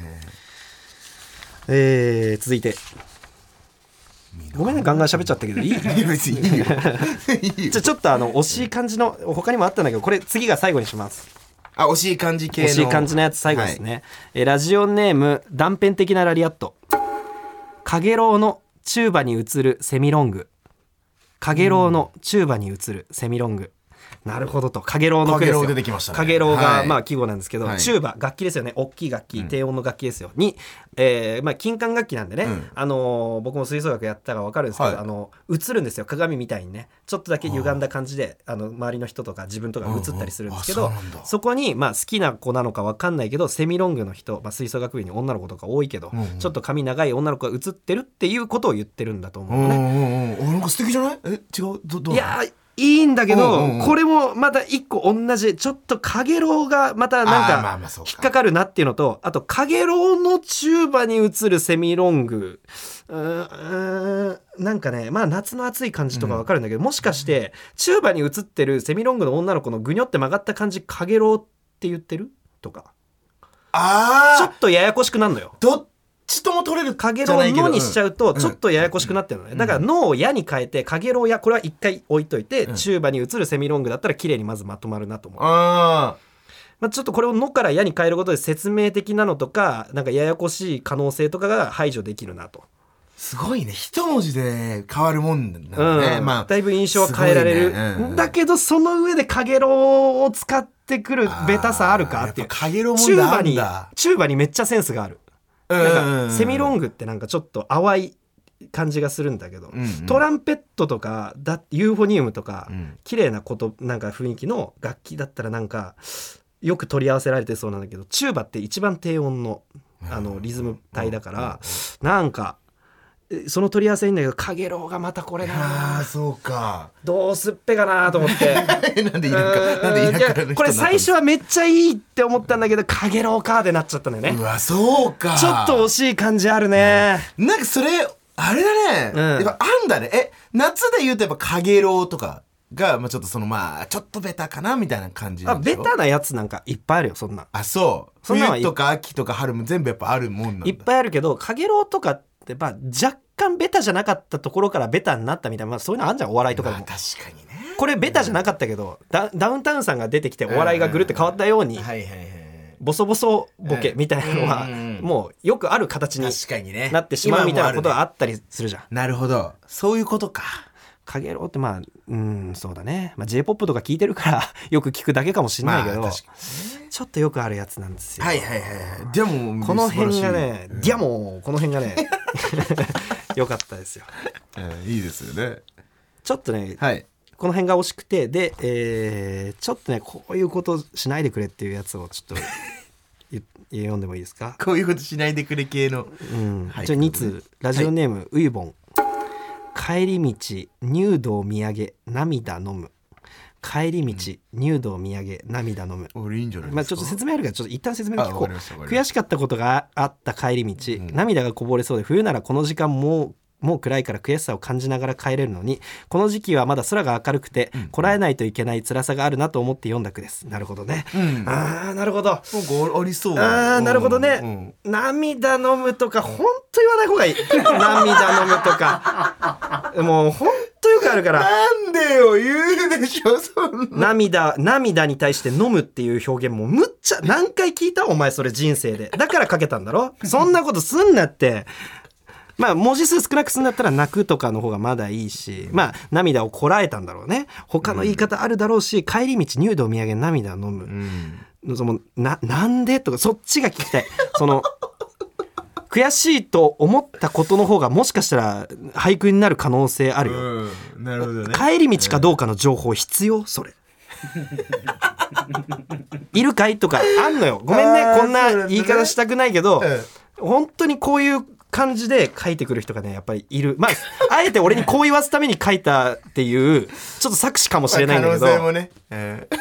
S2: えー続いてごめんねガンガン喋っちゃったけどいい
S4: いや別にいいよいいよ
S2: じゃあ ちょっとあの惜しい感じの他にもあったんだけどこれ次が最後にします
S4: あ惜しい感じ系の
S2: 惜しい感じのやつ最後ですね、えーラジオネーム断片的なラリアットカゲロウのチューバに映るセミロングカゲロウのチューバに映るセミロング、なるほどとカゲロウの句ですよ
S4: カゲロウ出てきましたね
S2: カゲロウが、
S4: はい
S2: まあ季語なんですけど、
S4: はい
S2: チューバ楽器ですよね大きい楽器低音の楽器ですよ、に、えーまあ、金管楽器なんでね、
S4: ん
S2: あのー僕も吹奏楽やったから分かるんですけど、
S4: はい
S2: あの映るんですよ鏡みたいにねちょっとだけ歪んだ感じであの周りの人とか自分とかが映ったりするんですけど、
S4: うんうんあそうなんだ
S2: そこに、まあ、好きな子なのか分かんないけどセミロングの人、まあ、吹奏楽部に女の子とか多いけど、ちょっと髪長い女の子が映ってるっていうことを言ってるんだと
S4: う
S2: 思うの
S4: んう
S2: ね。
S4: んうんおなんか素敵じゃないえ違うどどう
S2: いやーいいんだけど、
S4: うんうんうん
S2: これもまた一個同じちょっとカゲロウがまた
S4: あーま
S2: な
S4: あ
S2: ん
S4: まあ
S2: か
S4: そうか
S2: 引っかかるなっていうのとあとカゲロウのチューバに映るセミロングうーんうーんなんかねまあ夏の暑い感じとかわかるんだけど、もしかしてチューバに映ってるセミロングの女の子のぐにょって曲がった感じカゲロウって言ってるとか
S4: あ
S2: ちょ
S4: あ
S2: っとややこしくなるのよ。
S4: どっちとも取れる
S2: かげろうのにしちゃうとちょっとややこしくなってるのね、だからのをやに変えてかげろうやこれは一回置いといて、チューバに映るセミロングだったら綺麗にまずまとまるなと思う、
S4: あ
S2: まあ、ちょっとこれをのからやに変えることで説明的なのとかなんかややこしい可能性とかが排除できるなと、
S4: すごいね一文字で変わるもんなん
S2: うん
S4: だね、まあ
S2: だいぶ印象は変えられる、
S4: すごいねうんうん
S2: だけどその上でかげろうを使ってくるベタさあるかっていう
S4: やぱかげろうも
S2: チ
S4: ん
S2: ュ
S4: だ
S2: ー
S4: あ
S2: バ
S4: ん
S2: に
S4: だ
S2: チューバにめっちゃセンスがある
S4: うん
S2: なんかセミロングってなんかちょっと淡い感じがするんだけど、
S4: んうん
S2: トランペットとかだユーフォニウムとか、
S4: ん
S2: 綺麗なことなんか雰囲気の楽器だったらなんかよく取り合わせられてそうなんだけどチューバって一番低音のあのリズム帯だから、なんかえその取り合わせいいんだけど「かげろうがまたこれだ
S4: あ
S2: な
S4: あそうか
S2: どうすっぺかな」と思って。
S4: なんで田舎 なんで田舎の人になったんです
S2: これ最初はめっちゃいいって思ったんだけど「かげろうか」でなっちゃったんだよね
S4: うわそうか
S2: ちょっと惜しい感じあるね、
S4: なんかそれあれだね、
S2: うん
S4: やっぱあんだねえ夏で言うとやっぱ「かげろう」とかが、まあ、ちょっとそのまあちょっとベタかなみたいな感じな
S2: あ
S4: んで
S2: ベ
S4: しょ
S2: タなやつなんかいっぱいあるよそんなん
S4: あそう
S2: そんなのはい
S4: 冬とか秋とか春も全部やっぱあるもんなんだ
S2: いっぱいあるけどかげろうとかってまあ若干ベタじゃなかったところからベタになったみたいな、まあ、そういうのあんじゃんお笑いとかで
S4: まあ
S2: も
S4: 確かにね
S2: これベタじゃなかったけどダダウンタウンさんが出てきてお笑いがぐるって変わったように
S4: はいはいはい
S2: ボソボソボケみたいなのは
S4: うんうんうん
S2: もうよくある形に
S4: 確かにね
S2: なってしまうみたいなこと
S4: 今も
S2: が
S4: あ
S2: あったりするじゃん。
S4: るねなるほどそういうことか
S2: かげろうってまあうんそうだね、まあ、j p o p とか聞いてるから よく聞くだけかもしれないけど、
S4: まあ確か
S2: ちょっとよくあるやつなんですよ。
S4: はいはいはいでも
S2: この辺が
S4: 素
S2: ね、ディアモこの辺が ねよかったですよ。
S4: 晴らしい、うんいいですよね
S2: ちょっとね、
S4: はい
S2: この辺が惜しくてで、えーちょっとねこういうことしないでくれっていうやつをち ょっとゆ読んでもいいですか、
S4: こういうことしないでくれ系の
S2: うん
S4: はい
S2: じゃあ2通ラジオネーム、ウイボン帰り道入道見上げ涙飲む帰り道、入道見上げ涙飲む
S4: 俺いいんじゃないですか
S2: まあ、ちょっと説明あるからちょっと一旦説明を聞
S4: あわ
S2: こ
S4: か
S2: う
S4: りましたわかりまし
S2: 悔
S4: た
S2: しかったことがあった帰り道、涙がこぼれそうで冬ならこの時間もうもう暗いから悔しさを感じながら帰れるのにこの時期はまだ空が明るくてこらえないといけない辛さがあるなと思って読んだ句ですなるほどね、
S4: ん
S2: ああなるほどあ
S4: なんかありそう
S2: あーなるほどね、
S4: うんうん
S2: 涙飲むとかほんと言わない方がいい涙飲むとかもうほんとよくあるから
S4: なんでよ言うでしょそんな
S2: 涙涙に対して飲むっていう表現もむっちゃ何回聞いたお前それ人生でだからかけたんだろそんなことすんなってまあ文字数少なくすんだったら泣くとかの方がまだいいしまあ涙をこらえたんだろうね他の言い方あるだろうし帰り道入道土産涙飲むそのななんでとかそっちが聞きたいその悔しいと思ったことの方がもしかしたら俳句になる可能性あるよ、
S4: うんなるほどね
S2: 帰り道かどうかの情報必要それ いるかいとかあんのよごめんね
S4: あー
S2: こん
S4: そうなん
S2: な
S4: だね
S2: 言い方したくないけど、
S4: え
S2: 本当にこういう感じで書いてくる人がねやっぱりいるまああえて俺にこう言わすために書いたっていうちょっと作詞かもしれないんだけど
S4: 可能性もね、えー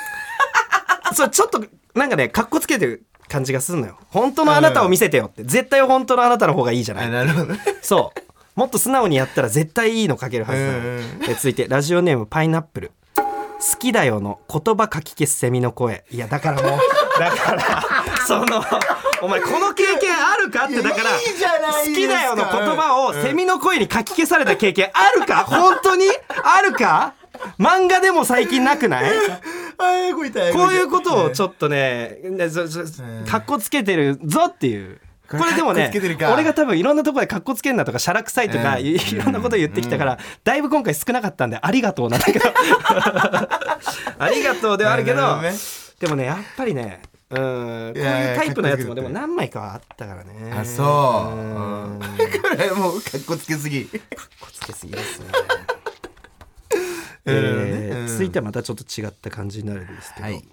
S2: そうちょっとなんかねかっこつけてる感じがするのよ本当のあなたを見せてよって絶対本当のあなたの方がいいじゃない
S4: あなるほどね
S2: そう。もっと素直にやったら絶対いいの書けるはずなの
S4: うんうん
S2: え続いてラジオネームパイナップル。好きだよの言葉かき消すセミの声。いやだからも うだからそのお前この経験あるかってだから。
S4: いいじゃな
S2: 好
S4: いですか
S2: きだよの言葉をセミの声にかき消された経験あるか本当にあるか漫画でも最近なくない
S4: あーこういった
S2: こういうことをち
S4: ょっ
S2: ょっとね、ねそそかっこつけてるぞっていう。こ
S4: これ
S2: れでも
S4: かっ
S2: ね
S4: こつけてるか
S2: 俺が多分いろんなところでかっこつけんなとかしゃらくさいとか、
S4: うん
S2: いいろんなこと言ってきたから、だいぶ今回少なかったんでありがとうなんだけ どありがとうではあるけ
S4: な
S2: ど
S4: るほどね
S2: でもねやっぱりねうんこういう
S4: やいや
S2: タイプのやつも
S4: か
S2: で
S4: っこつけてる
S2: も何枚かはあったからね
S4: あそう
S2: うんかっ
S4: とこれもうかっこつけすぎ
S2: こつけすぎですねえー続いてはまたちょっと違った感じになるんですけど、
S4: はい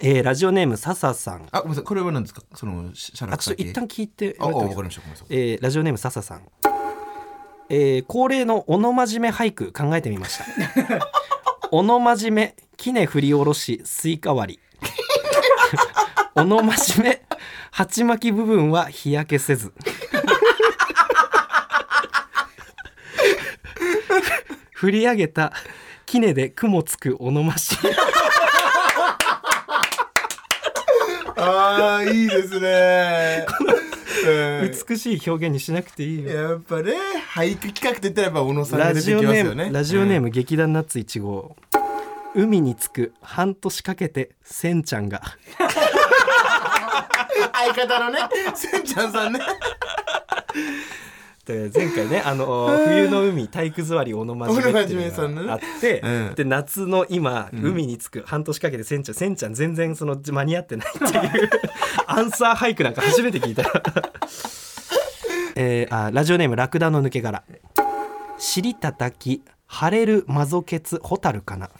S2: えーラジオネーム笹さん
S4: あごめんなさいこれは何ですかそのしゃら
S2: あ
S4: く
S2: ち
S4: さ
S2: ょっと
S4: 系
S2: 一旦聞いて
S4: ああわかりましたごめんなさい
S2: えーラジオネーム笹さん、えー恒例の「おのまじめ俳句」考えてみましたおのまじめきね振り下ろしスイカ割り おのまじめ鉢巻き部分は日焼けせず 振り上げたきねで雲つくおのましめ
S4: あーいいで すねうん
S2: 美しい表現にしなくていいよ
S4: やっぱね俳句企画って言ったらやっぱ小野さんが
S2: ラ
S4: 出て
S2: ジ
S4: き
S2: オ
S4: ます
S2: ネ
S4: よ
S2: ー
S4: ね
S2: ム、ラジオネー
S4: ム
S2: ム、劇団ナッツ1号。海に着く半年かけて、せんちゃんが。
S4: 相方のねせんちゃんさんね
S2: で前回ね、あ の、冬の海、体育座り、おのまじめっていう
S4: 小野真面目さん
S2: の
S4: の
S2: が
S4: ね
S2: あって、
S4: うん
S2: で、夏の今、海に着く半年かけて、せんちゃん、せんちゃん全然その間 に合ってないっていう、アンサー俳句なんか初めて聞いた。えーあラジオネームラクダの抜け殻尻たたき晴れるマゾケツホタルか な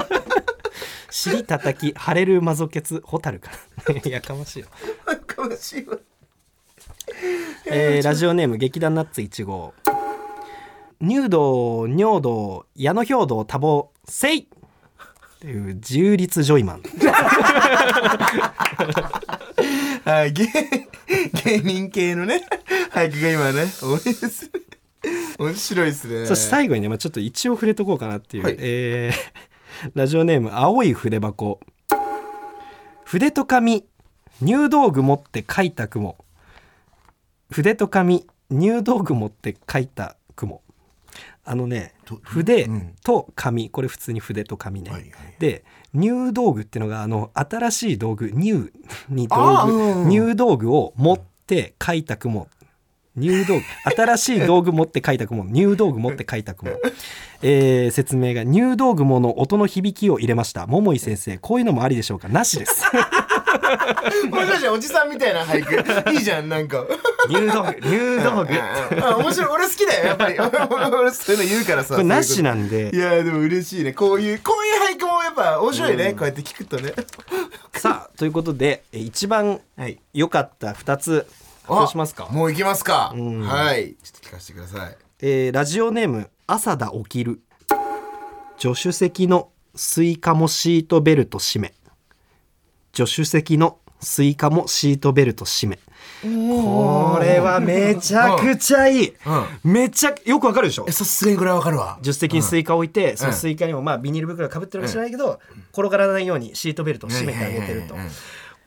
S2: 尻たたき晴れるマゾケツホタルかなやかましいよ、
S4: かもしれない
S2: えーラジオネーム劇団ナッツ1号入道尿道矢野兵道多忙せいっていう自立ジョイマン
S4: はい、芸、芸人系のね、俳句が今ね、多いですね。面白いですね。
S2: そして最後にね、まあ、ちょっと一応触れとこうかなっていう、
S4: はい
S2: えー ラジオネーム「青い筆箱」筆と紙入道具持って書いた雲筆と紙入道具持って書いた雲あのね筆と紙、これ普通に筆と紙ね、
S4: はいはい
S2: で入道具っていうのがあの新しい道具入に
S4: あ
S2: 道具、
S4: ーうん
S2: 入道具を持って書いた雲入道具 新しい道具持って書いた雲入道具持って書いた雲、えー、説明が入道具もの音の響きを入れました桃井先生こういうのもありでしょうかなしです
S4: 面白いじゃん、おじさんみたいな俳句。いいじゃん、なんか。
S2: 入道具入道具
S4: あ面白い、俺好きだよ、やっぱり。俺、そういうの言うからさ。
S2: これなし
S4: な。
S2: なんで
S4: いや、でも嬉しいね。こういう、こういう俳句もやっぱ面白いね。こうやって聞くとね。
S2: さあということでえー一番
S4: はい
S2: 良かった2つ発
S4: あ
S2: 表しますか、
S4: もう行きますか。はい。ちょっと聞かせてください。
S2: えーラジオネーム「朝だ起きる」助手席のスイカもシートベルト締め助手席のスイカもシートベルト締めこれはめちゃくちゃいい、めちゃよくわかるでしょ
S4: え、さすがにこれはわかるわ。
S2: 助手席にスイカ置いて、そのスイカにもまあビニール袋かぶってるか知らないけど、転がらないようにシートベルトを締めてあげてると。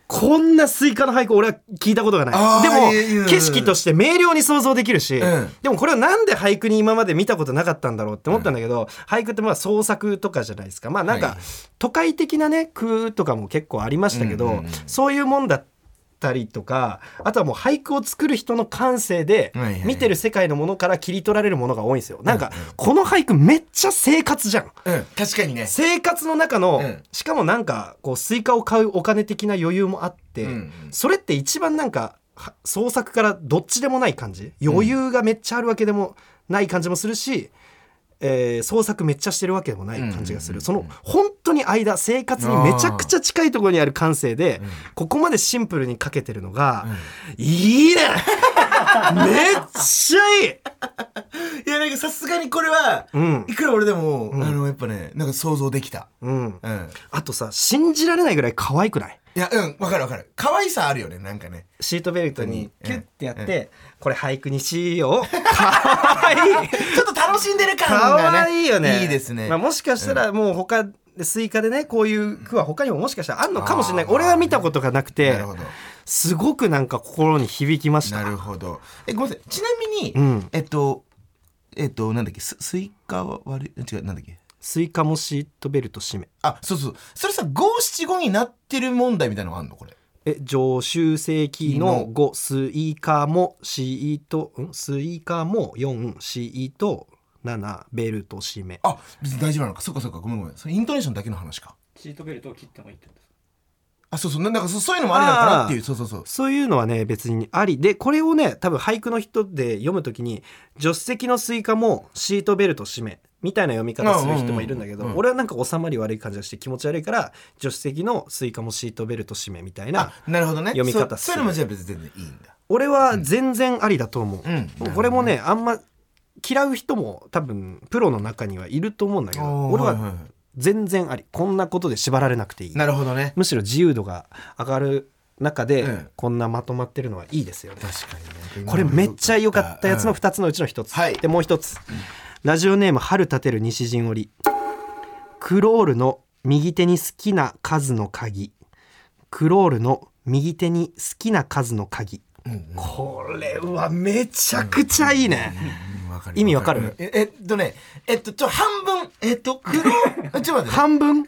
S2: こんなスイカの俳句俺は聞いたことがな
S4: あ
S2: い。で
S4: ー
S2: も
S4: いやいやいや
S2: 景色として明瞭に想像できるし、
S4: ん
S2: でもこれはなんで俳句に今まで見たことなかったんだろうって思ったんだけど、俳句ってまあ創作とかじゃないですか。まあなん
S4: は
S2: か
S4: い
S2: 都会的なね句とかも結構ありましたけど、そういうもんだったりとかあとはもう俳句を作る人の感性で
S4: はいはい
S2: 見てる世界のものから切り取られるものが多いんですよなんかこの俳句めっちゃ生活じゃん
S4: うん、確かにね。
S2: 生活の中の、
S4: うん
S2: しかもなんかこうスイカを買うお金的な余裕もあって、
S4: んうん
S2: それって一番なんかは創作からどっちでもない感じ余裕がめっちゃあるわけでもない感じもするし、えー創作めっちゃしてるわけでもない感じがする、その本当に間生活にめちゃくちゃ近いところにある感性で、ここまでシンプルにかけてるのが、いいね めっちゃいい
S4: いや、なんかさすがにこれは、
S2: ん
S4: いくら俺でも、あの、やっぱね、なんか想像できた。
S2: うん、
S4: うん。
S2: あとさ信じられないぐらい可愛くない
S4: いや、うん、わかるわかる。可愛さあるよね、なんかね。
S2: シートベルトにキュッてやっ
S4: うん
S2: て、これ俳句にしよ う。かわいい。
S4: ちょっと楽しんでる感
S2: か
S4: がね。
S2: わいいよね。
S4: いいですね。
S2: まあ、もしかしたらもう他でスイカでね、こういう句は他にももしかしたらあるのかもしれない。
S4: あー
S2: 俺は見たことがなくて
S4: なるほど。
S2: すごくなんか心に響きました。
S4: なるほど。え、ごめんなさい。ちなみに、
S2: ん
S4: えっと、えっと、なんだっけ、ススイカは悪い、違う、なんだっけ。
S2: スイカもシートベルト締め。
S4: あ、そうそう。それさ、五七五になってる問題みたいなのがあるのこれ。
S2: え、常習性期の5、スイカもシート、んスイカも4、シート7、ベルト締め。
S4: あ、別に大丈夫なのか。そっかそっか。ごめんごめん。それイントネーションだけの話か。
S7: シートベルトを切ってもいいってことですか
S4: あ、そうそう。ななんかそうそういうのもありなのかなっていう。
S2: あー
S4: そうそうそう。
S2: そういうのはね別にありでこれをね多分俳句の人で読むときに助手席のスイカもシートベルト締めみたいな読み方する人もいるんだけど、
S4: うんうんうんうん
S2: 俺はなんか収まり悪い感じがして気持ち悪いから助手席のスイカもシートベルト締めみたいな
S4: あ、なるほどね。
S2: 読み方
S4: そうそういうのもじゃあ別に全然いいんだ。
S2: 俺は全然ありだと思う、
S4: うん
S2: これもねあんま嫌う人も多分プロの中にはいると思うんだけど
S4: おー
S2: 俺
S4: はいはい
S2: は
S4: はい
S2: 全然ありこんなことで縛られなくていい
S4: なるほどね。
S2: むしろ自由度が上がる中で、
S4: うん
S2: こんなまとまってるのはいいですよね
S4: 確かにね。
S2: これめっちゃ良かったやつの2つのうちの1つ、
S4: はい
S2: でもう1つラジオネーム「春立てる西陣織」クロールの右手に好きな数の鍵クロールの右手に好きな数の鍵、これはめちゃくちゃいいね、
S4: わかる
S2: 意味わかる
S4: ええっとね、えっと、ちょ、半分、えっと、クローちょ っと待ってね、
S2: 半分
S4: 半分、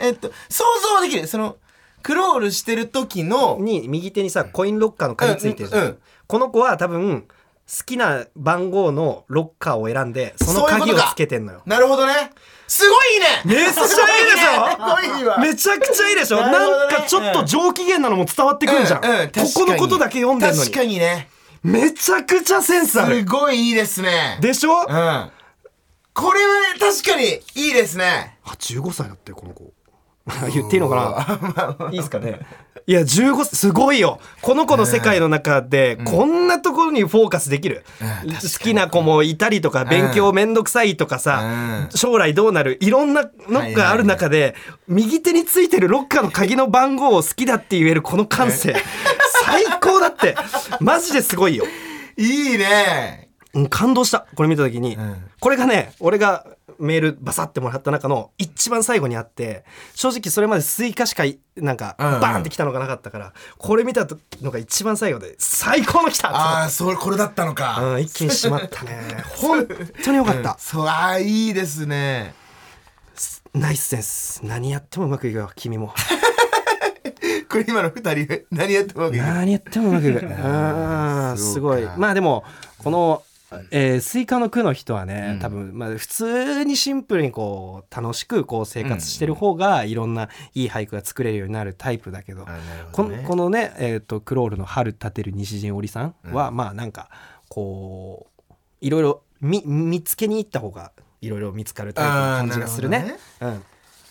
S4: えっと、想像はできる。その、クロールしてる時の、
S2: に右手にさコインロッカーの鍵ついてるじゃん、
S4: うんうん
S2: この子は多分好きな番号のロッカーを選んでその
S4: そういうこ
S2: 鍵
S4: と
S2: を
S4: か
S2: つけてんのよ
S4: なるほどね。すごいね
S2: めっちゃいいでしょ
S4: すごいねすごいわ。
S2: めちゃくちゃいいでしょな,、
S4: なるほど
S2: ん
S4: ね
S2: かちょっと上機嫌なのも伝わってくるじゃん、
S4: うう確
S2: こ
S4: かに
S2: このことだけ読んでんのに
S4: 確かにね。
S2: めちゃくちゃセンスあ
S4: す
S2: る
S4: ごいいいですね。
S2: でしょ
S4: うん。これはね、確かにいいですね。
S2: あ15歳だってこの子 言っていいの かないいですかねいや15歳すごいよこの子の世界の中でこんなところにフォーカスできる、好きな子もいたりとか勉強めんどくさいとかさ、将来どうなるいろんなのがある中で右手についてるロッカーの鍵の番号を好きだって言えるこの感性最高だってマジですごいよ
S4: いいね。
S2: うん感動したこれ見た時に、
S4: ん
S2: これがね俺がメールバサってもらった中の一番最後にあって正直それまでスイカしかいなんか
S4: うんうん
S2: バーンってきたのがなかったから、これ見たのが一番最後で最高の来たと思
S4: ああ、そう、これだったの
S2: って
S4: か。
S2: うん、一気にしまった ね本当によかった、
S4: そう、ああ、いいですね。
S2: ナイスセンス何やってもうまくいくよ君も
S4: これ今の二人、何やってもうまくいく
S2: 何やってもうまくい くあーすごい
S4: そうか
S2: まあでもこのえースイカの句の人はね、多分、まあ、普通にシンプルにこう楽しくこう生活してる方がいろんないい俳句が作れるようになるタイプだけど,、
S4: あなる
S2: こ
S4: ほど
S2: の
S4: ね
S2: このね、えー、とクロールの「春立てる西陣織さんは」まあなんかこういろいろ見見つけに行った方がいろいろ見つかるタイプの感じがする
S4: あーな
S2: ね
S4: る。
S2: うん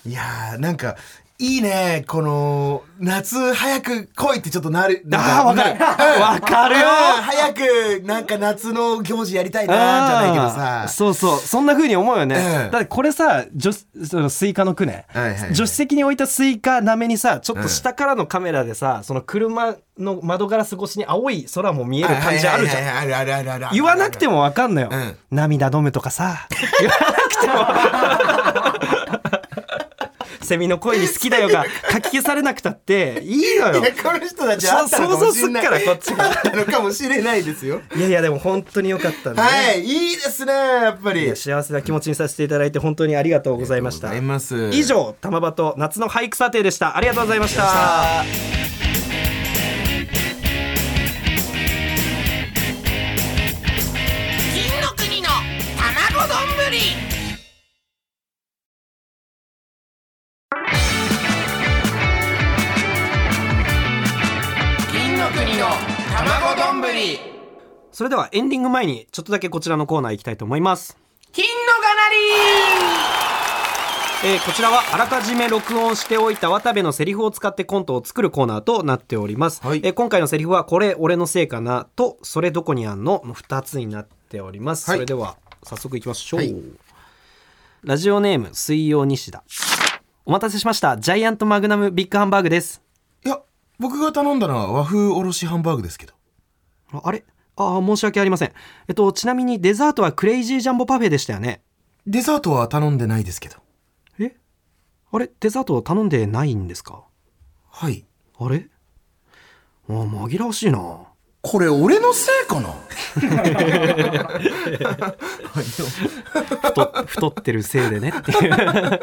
S4: いやー、なんか、いいね。この、夏早く来いってちょっとなる。なん
S2: あーわかる
S4: な
S2: わかるよ
S4: うん早く、なんか夏の行事やりたいな、じゃないけど
S2: あー
S4: さ。
S2: そうそうそんな風に思うよね、
S4: うん
S2: だってこれさ女子そのスイカの句ね、
S4: はいはいはい
S2: 助手席に置いたスイカなめにさちょっと下からのカメラでさ、その車の窓ガラス越しに青い空も見える感じあるじゃん、
S4: ん。あるあるあるある。
S2: 言わなくて
S4: も。
S2: もわかんのよ、
S4: うん
S2: 涙飲むとか さ言わなくてもセミの声に好きだよがかき消されなくたっていいの
S4: い
S2: よ
S4: や、この人たちあったのか
S2: そう想
S4: もしれない。
S2: 像すっからこっちが
S4: あったのかもしれないですよ。
S2: いやいやでも本当によかったんで、ね
S4: はい、いいですね、やっぱ
S2: い
S4: り
S2: や。幸せな気持ちにさせていただいて本当にありがとうございました
S4: ありがとうございます
S2: 以上玉場と夏の俳句査定でしたありがとうございましたそれではエンディング前にちょっとだけこちらのコーナー行きたいと思いますえーこちらはあらかじめ録音しておいた渡部のセリフを使ってコントを作るコーナーとなっております、
S4: はい
S2: えー今回のセリフは「これ俺のせいかな」と「それどこにあんの」の2つになっております、
S4: はい
S2: それでは早速いきましょう、
S4: はい
S2: ラジオネーム水曜西田お待たせしましたジャイアントマグナムビッグハンバーグです
S4: いや、僕が頼んだのは和風おろしハンバーグですけど。
S2: ああれああ申し訳ありませんえっとちなみにデザートはクレイジージャンボパフェでしたよね
S4: デザートは頼んでないですけど。
S2: えあれデザートを頼んでないんですか
S4: はい。
S2: あれあ紛らわしいな
S4: これ俺のせいかな
S2: 太太ってるせいでねっていう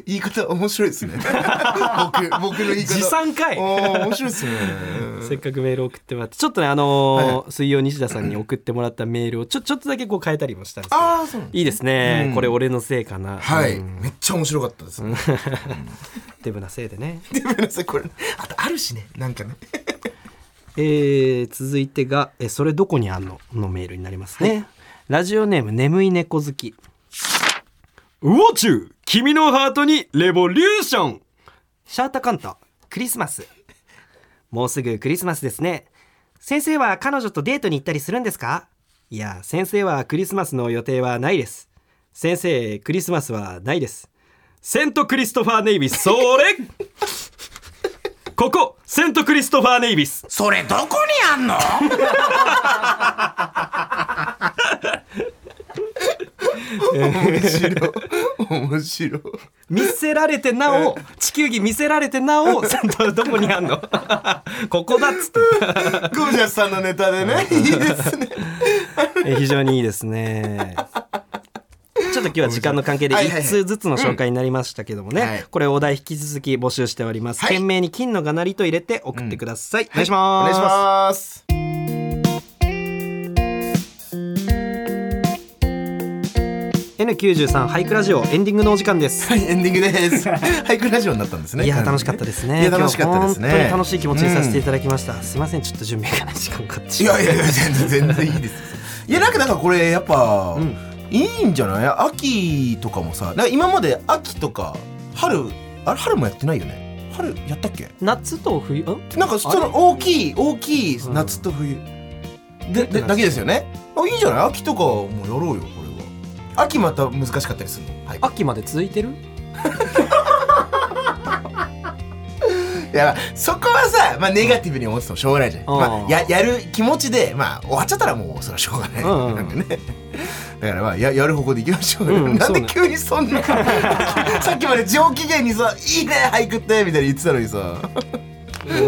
S4: 言い方面白い ですね。僕、僕の言い方。
S2: 持参かい
S4: おー面白いですね。
S2: せっかくメール送ってもらってちょっとねあのー水曜西田さんに送ってもらったメールをちょちょっとだけこう変えたりもしたんですけど
S4: ああ、そうなんだ
S2: いいですね、
S4: うん
S2: これ俺のせいかな
S4: はい、
S2: うん
S4: めっちゃ面白かったです。
S2: デブなせいでね
S4: ごめんなさい、これ。あとあるしね、なん かね。
S2: えー続いてが「えそれどこにあんの?」のメールになりますね、ラジオネーム眠い猫好きウォチュー君のハートにレボリューションシャータカンタクリスマスもうすぐクリスマスですね先生は彼女とデートに行ったりするんですかいや先生はクリスマスの予定はないです先生クリスマスはないですセントクリストファーネイビスそ れここセントクリストファーネイビス
S4: それどこにあんの面白い面白い
S2: 見せられてなお地球儀見せられてな おちゃんとどこにあんの ここだっつって
S4: ゴージャスさんのネタで ねいいですね
S2: え非常にいいですね。ちょっと今日は時間の関係で
S4: はいはいはい
S2: 1通ずつの紹介になりましたけどもね、
S4: はい
S2: これお題引き続き募集しております、
S4: はい
S2: 懸命に金のがなりと入れて送ってください、お願いし
S4: お
S2: ます
S4: 願いします
S8: 「
S2: N93 ハイクラジオエンディングのお時間です
S4: はい、エンディングです。 俳句ラジオになったんですね。
S2: いや楽しかったですね
S4: いや、楽しかったですね。
S2: 今日本当に楽しい気持ちにさせてい
S4: だ
S2: ただきました、すいませんちょっと準備が時間かかって
S4: い
S2: しまっ
S4: やいやいや、全然、全然いいです。いや、なんか、なんか、これ、やっぱ、
S2: ん
S4: いいんじゃない、秋とかもさ、なんか今まで秋とか、春、あれ、春もやってないよね。春、やったっけ。
S2: た夏と冬ん
S4: なんか、そ
S2: あ
S4: の、大きい、大きい、
S2: うん
S4: 夏と冬。で、で、だけですよね。あ、いいんじゃない、秋とか、もやろうよ、これは。秋また難しかったりするの。はい。
S2: 秋まで続いてる
S4: いやそこはさ、まあ、ネガティブに思っててもしょうがないじゃん、
S2: うん
S4: まあ、ややる気持ちで、まあ、終わっちゃったらもうそれはしょうがない、
S2: うんうん
S4: なんかねだからまあややる方向でいきましょうよ、
S2: うん
S4: なん
S2: そう
S4: で
S2: ね
S4: 急にそ んなさっきまで上機嫌にさ「いいね俳句って」みたいに言ってたのにさ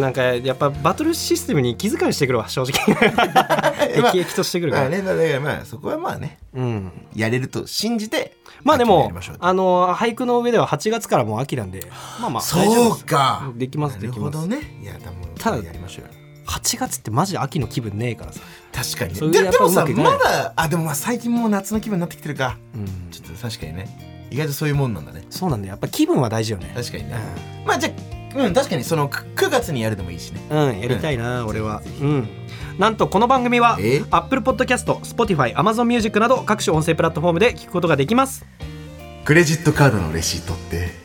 S2: なんかやっぱバトルシステムに気遣いしてくるわ正直
S4: まあ
S2: 激激としてくるか
S4: まあ
S2: ら、
S4: ねだからまあそこはまあね
S2: うん
S4: やれると信じて
S2: まあで
S4: や
S2: も
S4: りましょう
S2: あの俳句の上では8月からもう秋なんでまあまあ大丈夫
S4: そう
S2: です
S4: か
S2: できます
S4: な
S2: で
S4: る
S2: き
S4: ほ
S2: ます
S4: どねいや多分
S2: ただ
S4: やりましょうよ
S2: 8月ってマジ秋の気分ねえからさ、
S4: 確かに
S2: それ
S4: ね
S2: で
S4: で
S2: やっ
S4: で
S2: ぱ
S4: も
S2: うま
S4: さ
S2: くいかない
S4: まだあでもまあ最近もう夏の気分になってきてるか
S2: うん
S4: ちょっと確かにね意外とそういうもんなんだね
S2: そうなんだよやっぱ気分は大事よね
S4: 確かにね、まあじゃあうん確かにそのく9月にやるでもいいしね
S2: うんやりたいな、俺はうんなんとこの番組は
S4: え
S2: Apple Podcast、Spotify、Amazon Music など各種音声プラットフォームで聞くことができます
S4: クレジットカードのレシートって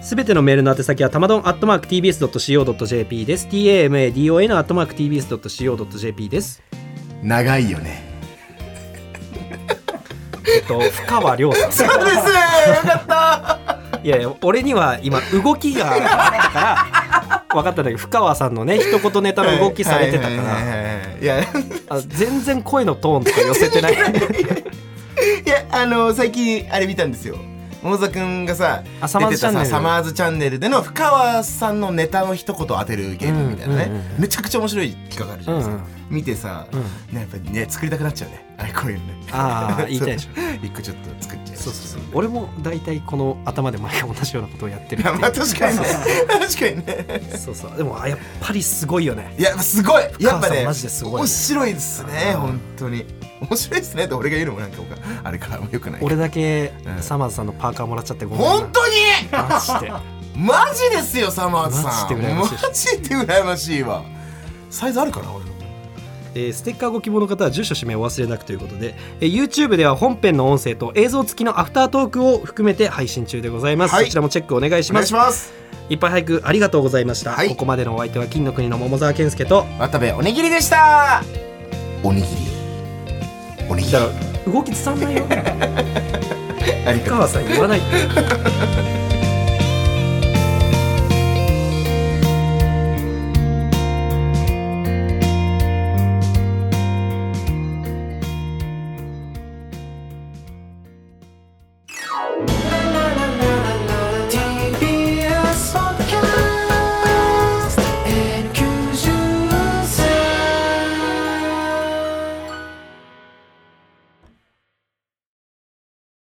S2: すべてのメールの宛先はたまどん @tbs.co.jp です tamadon @tbs.co.jp です
S4: 長いよね
S2: えっと深川亮さん
S4: そうですよかった
S2: いやいや俺には今動きがあったから分かったんだけど深川さんのね一言ネタの動きされてたか
S4: はい
S2: ら
S4: はいはいはいいやい
S2: あ全然声のトーンとか寄せてない
S4: やあの最近あれ見たんですよ桃沢くんがさ
S2: あサマーズ
S4: 出てた
S2: チャンネ
S4: さ
S2: ル
S4: サマーズチャンネルでの深川さんのネタの一言当てるゲームみたいなね、
S2: うんうん
S4: めちゃくちゃ面白い企画あるじゃないですか、見てさ、
S2: うん
S4: ねやっぱりね作りたくなっちゃうねあれこういうのね
S2: あー言いたいで しょ
S4: 一個ちょっと作っちゃいました
S2: そうそうそう俺も大体この頭で毎回同じようなことをやってるっていう
S4: まあ確かにね確かにね
S2: そうそうでもあやっぱりすごいよね
S4: いやすごいやっ
S2: 母
S4: ぱ
S2: さ
S4: ね
S2: んマジですごいね
S4: 面白いですね
S2: うん
S4: 本当に面白いですねって俺が言うのもなんかあれからよくない
S2: 俺だけ
S4: うん
S2: サマーズさんのパーカーもらっちゃってごめんな
S4: 本当に
S2: マジで
S4: マジですよサマーズさん
S2: マジで羨ましい
S4: マジで羨ましいわサイズあるかな俺の
S2: えーステッカーご希望の方は住所氏名をお忘れなくということで、えー YouTube では本編の音声と映像付きのアフタートークを含めて配信中でございます、
S4: はい
S2: そちらもチェックお願いし
S4: お
S2: ま
S4: 願
S2: す
S4: いします
S2: いっぱい俳句ありがとうございました、
S4: はい
S2: ここまでのお相手は金の国の桃沢健介と
S4: 渡部おにぎりでしたおにぎりおにぎり
S2: 動き伝わんないよ
S4: ありがとう
S2: 川さん言わないって